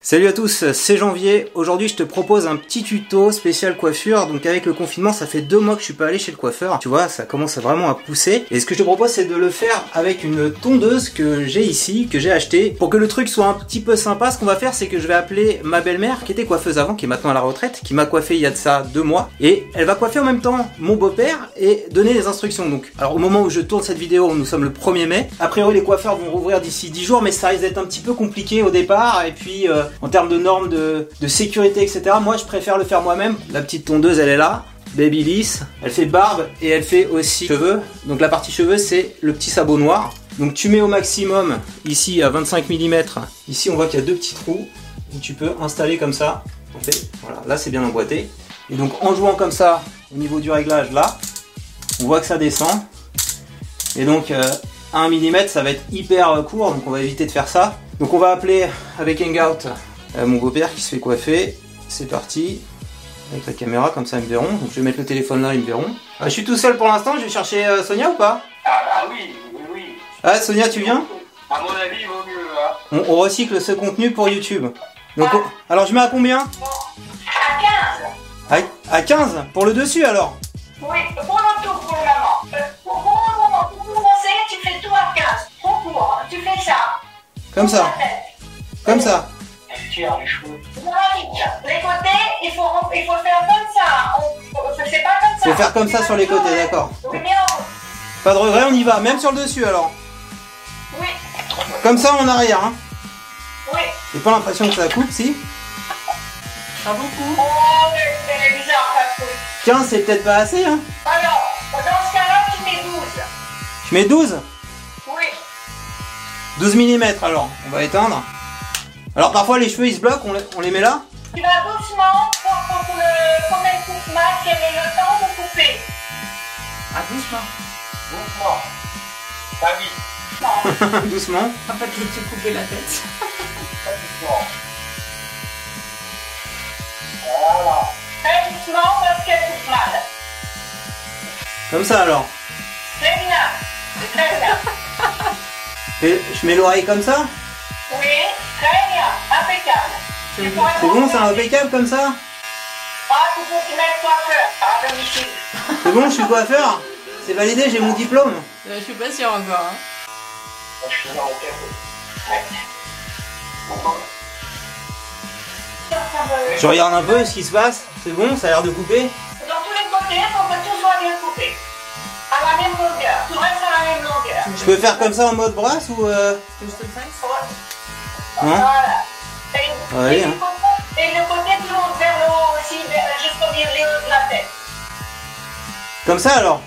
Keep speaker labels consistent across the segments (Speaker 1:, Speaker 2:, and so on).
Speaker 1: Salut à tous, c'est Janvier. Aujourd'hui, je te propose un petit tuto spécial coiffure. Donc, avec le confinement, ça fait deux mois que je suis pas allé chez le coiffeur. Tu vois, ça commence vraiment à pousser. Et ce que je te propose, c'est de le faire avec une tondeuse que j'ai ici, que j'ai achetée. Pour que le truc soit un petit peu sympa, ce qu'on va faire, c'est que je vais appeler ma belle-mère, qui était coiffeuse avant, qui est maintenant à la retraite, qui m'a coiffé il y a de ça deux mois. Et elle va coiffer en même temps mon beau-père et donner les instructions. Donc, alors au moment où je tourne cette vidéo, nous sommes le 1er mai. A priori, les coiffeurs vont rouvrir d'ici 10 jours, mais ça risque d'être un petit peu compliqué au départ. Et puis, euh, en termes de normes de, de, sécurité, etc. Moi, je préfère le faire moi-même. La petite tondeuse, elle est là. Baby lisse, elle fait barbe et elle fait aussi cheveux. Donc la partie cheveux, c'est le petit sabot noir. Donc tu mets au maximum ici à 25 mm. Ici, on voit qu'il y a deux petits trous où tu peux installer comme ça. On fait, voilà, là c'est bien emboîté. Et donc en jouant comme ça au niveau du réglage là, on voit que ça descend. Et donc euh, à 1 mm, ça va être hyper court, donc on va éviter de faire ça. Donc on va appeler avec Hangout euh, mon beau-père qui se fait coiffer. C'est parti. Avec la caméra, comme ça ils me verront. Donc je vais mettre le téléphone là, ils me verront. Ah, je suis tout seul pour l'instant, je vais chercher euh, Sonia ou pas
Speaker 2: Ah bah oui, oui, oui.
Speaker 1: Ah Sonia, tu viens
Speaker 2: À mon avis, il vaut mieux. Hein.
Speaker 1: On, on, recycle ce contenu pour YouTube. Donc, on... Alors je mets à combien
Speaker 2: À
Speaker 1: 15 à, à 15 Pour le dessus alors
Speaker 2: Oui, pour le tour pour le moment. Euh, pour, pour, pour, pour commencer, tu fais tout à 15. Trop court, hein, tu fais ça.
Speaker 1: Comme ça. Comme ça.
Speaker 2: Les cheveux. Les côtés, il faut, il faut faire comme ça. C'est pas comme ça.
Speaker 1: Il faut faire comme ça sur les côtés, d'accord.
Speaker 2: Oui, mais on...
Speaker 1: Pas de regret, on y va. Même sur le dessus alors.
Speaker 2: Oui.
Speaker 1: Comme ça en arrière. Hein.
Speaker 2: Oui.
Speaker 1: J'ai pas l'impression que ça coupe, si
Speaker 3: Pas beaucoup.
Speaker 2: Oh, c'est bizarre, ça coupe.
Speaker 1: Tiens, c'est peut-être pas assez, hein
Speaker 2: Alors, dans ce cas-là, tu mets 12.
Speaker 1: Je mets 12
Speaker 2: Oui.
Speaker 1: 12 mm alors, on va éteindre. Alors parfois les cheveux ils se bloquent, on les, on les met là
Speaker 2: Tu vas doucement pour, pour, pour le, quand même coupe max et le temps de couper.
Speaker 3: Ah doucement
Speaker 2: Doucement. Pas vite.
Speaker 1: doucement.
Speaker 3: En fait je vais te couper la tête.
Speaker 2: Pas doucement. Voilà. Très doucement parce qu'elle coupe mal.
Speaker 1: Comme ça alors
Speaker 2: Très bien. Très bien.
Speaker 1: Et je mets l'oreille comme ça
Speaker 2: Oui, très bien, impeccable.
Speaker 1: C'est bon, c'est impeccable comme ça
Speaker 2: Ah, tu peux te mettre coiffeur à domicile.
Speaker 1: C'est bon, je suis coiffeur C'est validé, j'ai mon diplôme
Speaker 3: euh, Je suis pas sûr encore.
Speaker 2: Hein.
Speaker 1: Je regarde un peu ce qui se passe, c'est bon, ça a l'air de couper
Speaker 2: Dans tous les côtés, on peut toujours bien couper. À la même longueur, tout reste à la même longueur.
Speaker 1: Je peux faire comme ça en mode brasse ou euh...
Speaker 3: Juste le face
Speaker 2: Voilà. voilà. Et, ouais, et, hein. le côté, et, le côté tout le monde vers le haut aussi, jusqu'au milieu de la tête.
Speaker 1: Comme ça alors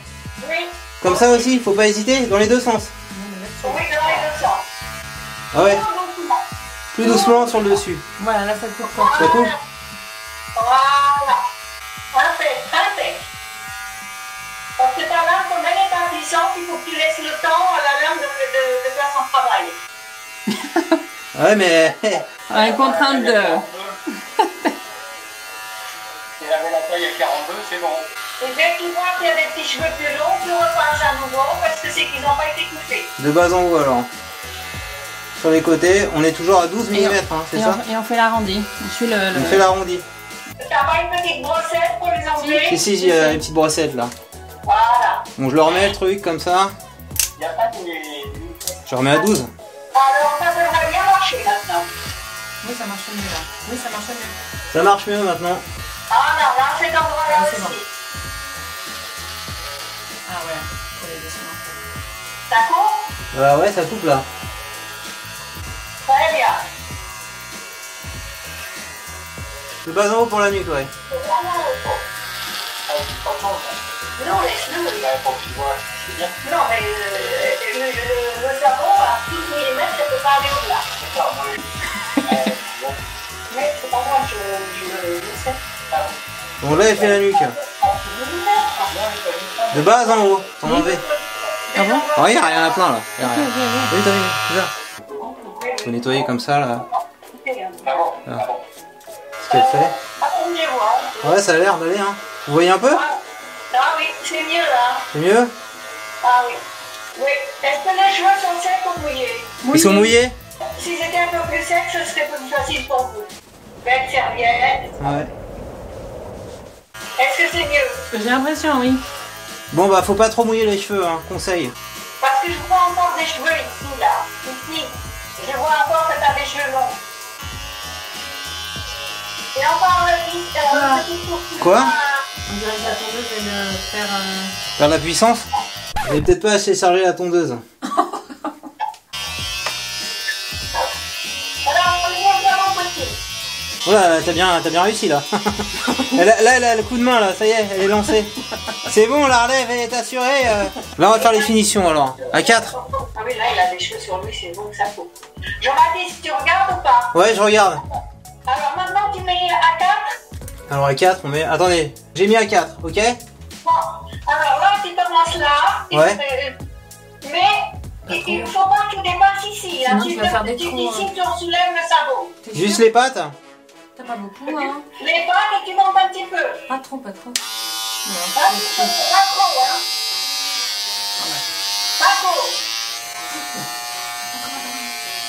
Speaker 2: Oui.
Speaker 1: Comme ça aussi, faut pas hésiter, dans les deux sens.
Speaker 2: Oui, dans les deux sens.
Speaker 1: Ah ouais Plus doucement sur le dessus.
Speaker 3: Voilà, là ça coupe comme
Speaker 1: ça. coupe
Speaker 2: Voilà. Parfait, parfait. Parce que ta lame, comme elle est impuissante, il faut que tu laisses le temps à la lame de, de, de faire son travail.
Speaker 1: ouais, mais. eh,
Speaker 3: On est contrainte de.
Speaker 2: Si elle avait la taille à 42, c'est bon. Et dès qu'ils voient qu'il y a des petits cheveux plus longs, tu repasses à nouveau parce que c'est qu'ils n'ont pas été coupés.
Speaker 1: De bas en haut alors. Sur les côtés, on est toujours à 12 mm, hein, c'est ça
Speaker 3: on, Et on fait l'arrondi. On, fait le, le...
Speaker 1: on fait l'arrondi.
Speaker 2: T'as pas une petite brossette pour les enlever
Speaker 1: Si, si, j'ai euh, une petite brossette là.
Speaker 2: Voilà.
Speaker 1: Bon, je le remets le truc comme ça.
Speaker 2: Y a pas de...
Speaker 1: Je remets à 12.
Speaker 2: Alors, ça devrait bien marcher maintenant.
Speaker 3: Oui, ça marche mieux là. Oui, ça marche mieux.
Speaker 1: Ça marche mieux maintenant.
Speaker 2: Ah non, là, c'est endroit là aussi.
Speaker 3: Bon. Ah ouais, pour les hein. dessins.
Speaker 2: Ça coupe
Speaker 1: Bah ouais, ça coupe là.
Speaker 2: Très bien.
Speaker 1: Le bas en haut pour la nuque, ouais.
Speaker 2: Le bas en haut. Non, laisse-le. Non, mais euh, le, le, le, le savon, à 12 mm, ça peut pas aller au-delà. Euh, Mais c'est pas moi, je, je, je sais.
Speaker 1: Bon, là, elle fait la nuque. De bas en haut, pour enlever.
Speaker 3: Ah bon
Speaker 1: Oh, il y en a plein là. Il y en a. Oui, t'as vu, c'est
Speaker 2: euh,
Speaker 1: ça. Faut nettoyer comme ça là.
Speaker 2: hein.
Speaker 1: là. Ce qu'elle fait. Ouais, ça a l'air d'aller, hein. Vous voyez un peu
Speaker 2: ah oui, c'est mieux là.
Speaker 1: C'est mieux
Speaker 2: Ah oui. Oui. Est-ce que les cheveux sont secs ou mouillés
Speaker 1: Ils sont mouillés
Speaker 2: Si j'étais un peu plus sec, ce serait plus facile pour vous. Belle serviette.
Speaker 1: Ouais.
Speaker 2: Est-ce que c'est mieux
Speaker 3: J'ai l'impression, oui.
Speaker 1: Bon bah faut pas trop mouiller les cheveux, hein, conseil.
Speaker 2: Parce que je vois encore des cheveux ici, là. Ici. Je vois encore que t'as des cheveux longs. Et encore le petit, euh,
Speaker 3: Quoi
Speaker 2: le petit pouce qui
Speaker 1: Quoi
Speaker 2: va-
Speaker 3: On dirait que la tondeuse va le faire. euh,
Speaker 1: Faire de la puissance Elle est peut-être pas assez chargée la tondeuse.
Speaker 2: Alors, on le voit vraiment petit.
Speaker 1: Voilà, t'as bien, t'as bien réussi là. Elle a- là, elle a le coup de main là, ça y est, elle est lancée. C'est bon, la relève, elle est assurée. euh. Là, on va faire les finitions alors. À 4
Speaker 2: Ah oui, là, il a des cheveux sur lui, c'est bon que ça faut. Jean-Baptiste, tu regardes ou pas
Speaker 1: Ouais, je regarde.
Speaker 2: Alors maintenant, tu mets à 4.
Speaker 1: Alors à 4, on met... Attendez, j'ai mis à 4, ok
Speaker 2: Bon, alors là, tu commences là. Et-
Speaker 1: Ouais.
Speaker 2: euh, mais il- il ne faut pas que tu dépasses ici. hein.
Speaker 3: Sinon,
Speaker 2: Tu
Speaker 3: tu vas faire des
Speaker 2: tu-
Speaker 3: trous,
Speaker 2: Ici, tu soulèves le sabot.
Speaker 3: t'es
Speaker 1: Juste
Speaker 3: sûr
Speaker 1: les pattes
Speaker 3: T'as pas beaucoup, hein
Speaker 2: Les pattes, tu montes un petit peu.
Speaker 3: Pas trop, pas trop.
Speaker 2: Pas
Speaker 3: Non.
Speaker 2: trop, pas trop, hein. Pas trop.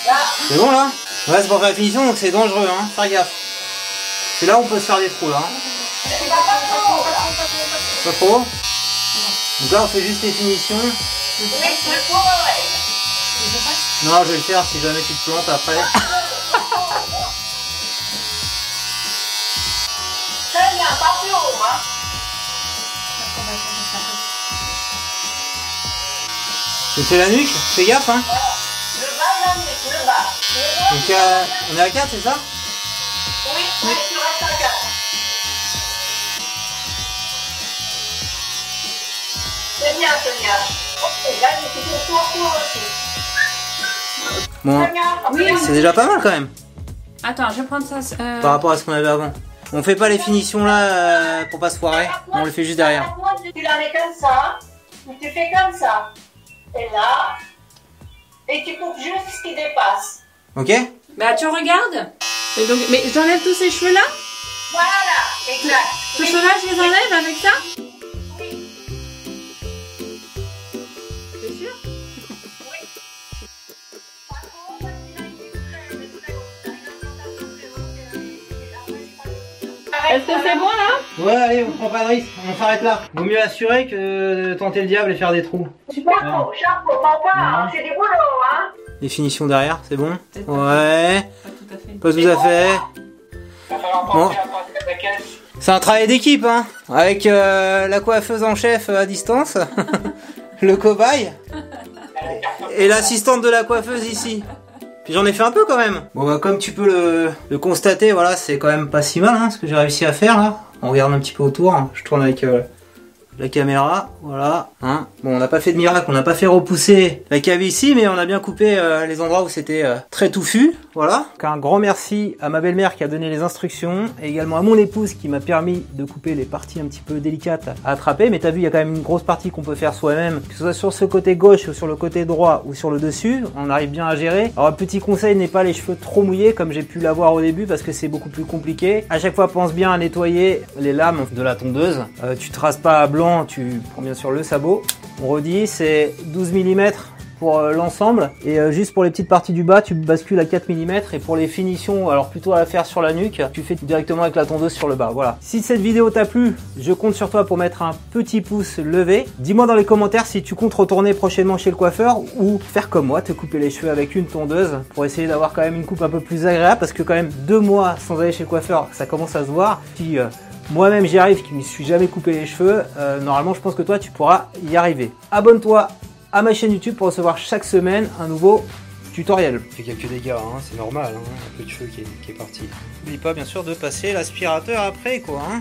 Speaker 2: Là,
Speaker 1: C'est bon là Ouais, c'est pour faire la finition, donc c'est dangereux, hein. Faire gaffe. C'est là où on peut se faire des trous là. hein.
Speaker 2: tu vas pas trop. là.
Speaker 1: Pas trop Donc là, on fait juste les finitions.
Speaker 2: Mais le faux oreille.
Speaker 1: Non, je vais le faire si jamais tu te plantes après.
Speaker 2: Très bien, pas plus haut, hein.
Speaker 1: Tu fais la nuque, fais gaffe, hein.
Speaker 2: Le bas, la nuque, le bas. Le bas,
Speaker 1: Donc euh, on est à 4, c'est ça
Speaker 2: oui, oui, tu restes à quatre. C'est bien, c'est bien. Ok, là, tu fais tour, tour aussi.
Speaker 1: Bon,
Speaker 2: Très bien,
Speaker 3: Oui,
Speaker 2: bien.
Speaker 1: c'est déjà pas mal quand même.
Speaker 3: Attends, je vais prendre ça. euh,
Speaker 1: par rapport à ce qu'on avait avant. On fait pas les finitions là euh, pour pas se foirer, on le fait juste derrière.
Speaker 2: Tu la mets comme ça, et tu fais comme ça. Et là, et tu coupes juste ce qui dépasse.
Speaker 1: Ok
Speaker 3: Bah, tu regardes Et donc, Mais j'enlève tous ces cheveux-là
Speaker 2: Voilà, exact.
Speaker 3: Ces cheveux-là, je les enlève avec ça T'es sûr Est-ce que c'est bon là
Speaker 1: Ouais, allez, on prend pas de risque, on s'arrête là. Vaut mieux assurer que tenter le diable et faire des trous.
Speaker 2: Chapeau, chapeau, papa, hein, c'est du boulot, hein
Speaker 1: Les finitions derrière, c'est bon
Speaker 3: Peut-être
Speaker 1: Ouais,
Speaker 3: Pas tout à fait.
Speaker 1: pas tout à fait. Bon. C'est un travail d'équipe, hein Avec euh, la coiffeuse en chef euh, à distance, le cobaye, et l'assistante de la coiffeuse ici. Puis j'en ai fait un peu quand même. Bon bah comme tu peux le, le constater, voilà, c'est quand même pas si mal hein, ce que j'ai réussi à faire là. On regarde un petit peu autour, hein. je tourne avec euh, la caméra, voilà. hein. Bon on n'a pas fait de miracle, on n'a pas fait repousser la cave ici, mais on a bien coupé euh, les endroits où c'était euh, très touffu, voilà. Donc, Un grand merci à ma belle-mère qui a donné les instructions, et également à mon épouse qui m'a permis de couper les parties un petit peu délicates à attraper. Mais t'as vu, il y a quand même une grosse partie qu'on peut faire soi-même, que ce soit sur ce côté gauche ou sur le côté droit ou sur le dessus, on arrive bien à gérer. Alors, petit conseil, n'aie pas les cheveux trop mouillés comme j'ai pu l'avoir au début parce que c'est beaucoup plus compliqué. À chaque fois, pense bien à nettoyer les lames de la tondeuse. Euh, tu traces pas à blanc, tu prends bien sûr le sabot. On redit, c'est 12 mm pour euh, l'ensemble et euh, juste pour les petites parties du bas tu bascules à 4 mm et pour les finitions alors plutôt à la faire sur la nuque tu fais directement avec la tondeuse sur le bas voilà si cette vidéo t'a plu je compte sur toi pour mettre un petit pouce levé dis moi dans les commentaires si tu comptes retourner prochainement chez le coiffeur ou faire comme moi te couper les cheveux avec une tondeuse pour essayer d'avoir quand même une coupe un peu plus agréable parce que quand même deux mois sans aller chez le coiffeur ça commence à se voir si euh, moi-même j'y arrive qui me suis jamais coupé les cheveux euh, normalement je pense que toi tu pourras y arriver abonne-toi à ma chaîne YouTube pour recevoir chaque semaine un nouveau tutoriel. Fait quelques dégâts, hein, c'est normal, un peu de cheveux qui est, parti. N'oublie pas bien sûr de passer l'aspirateur après quoi. hein.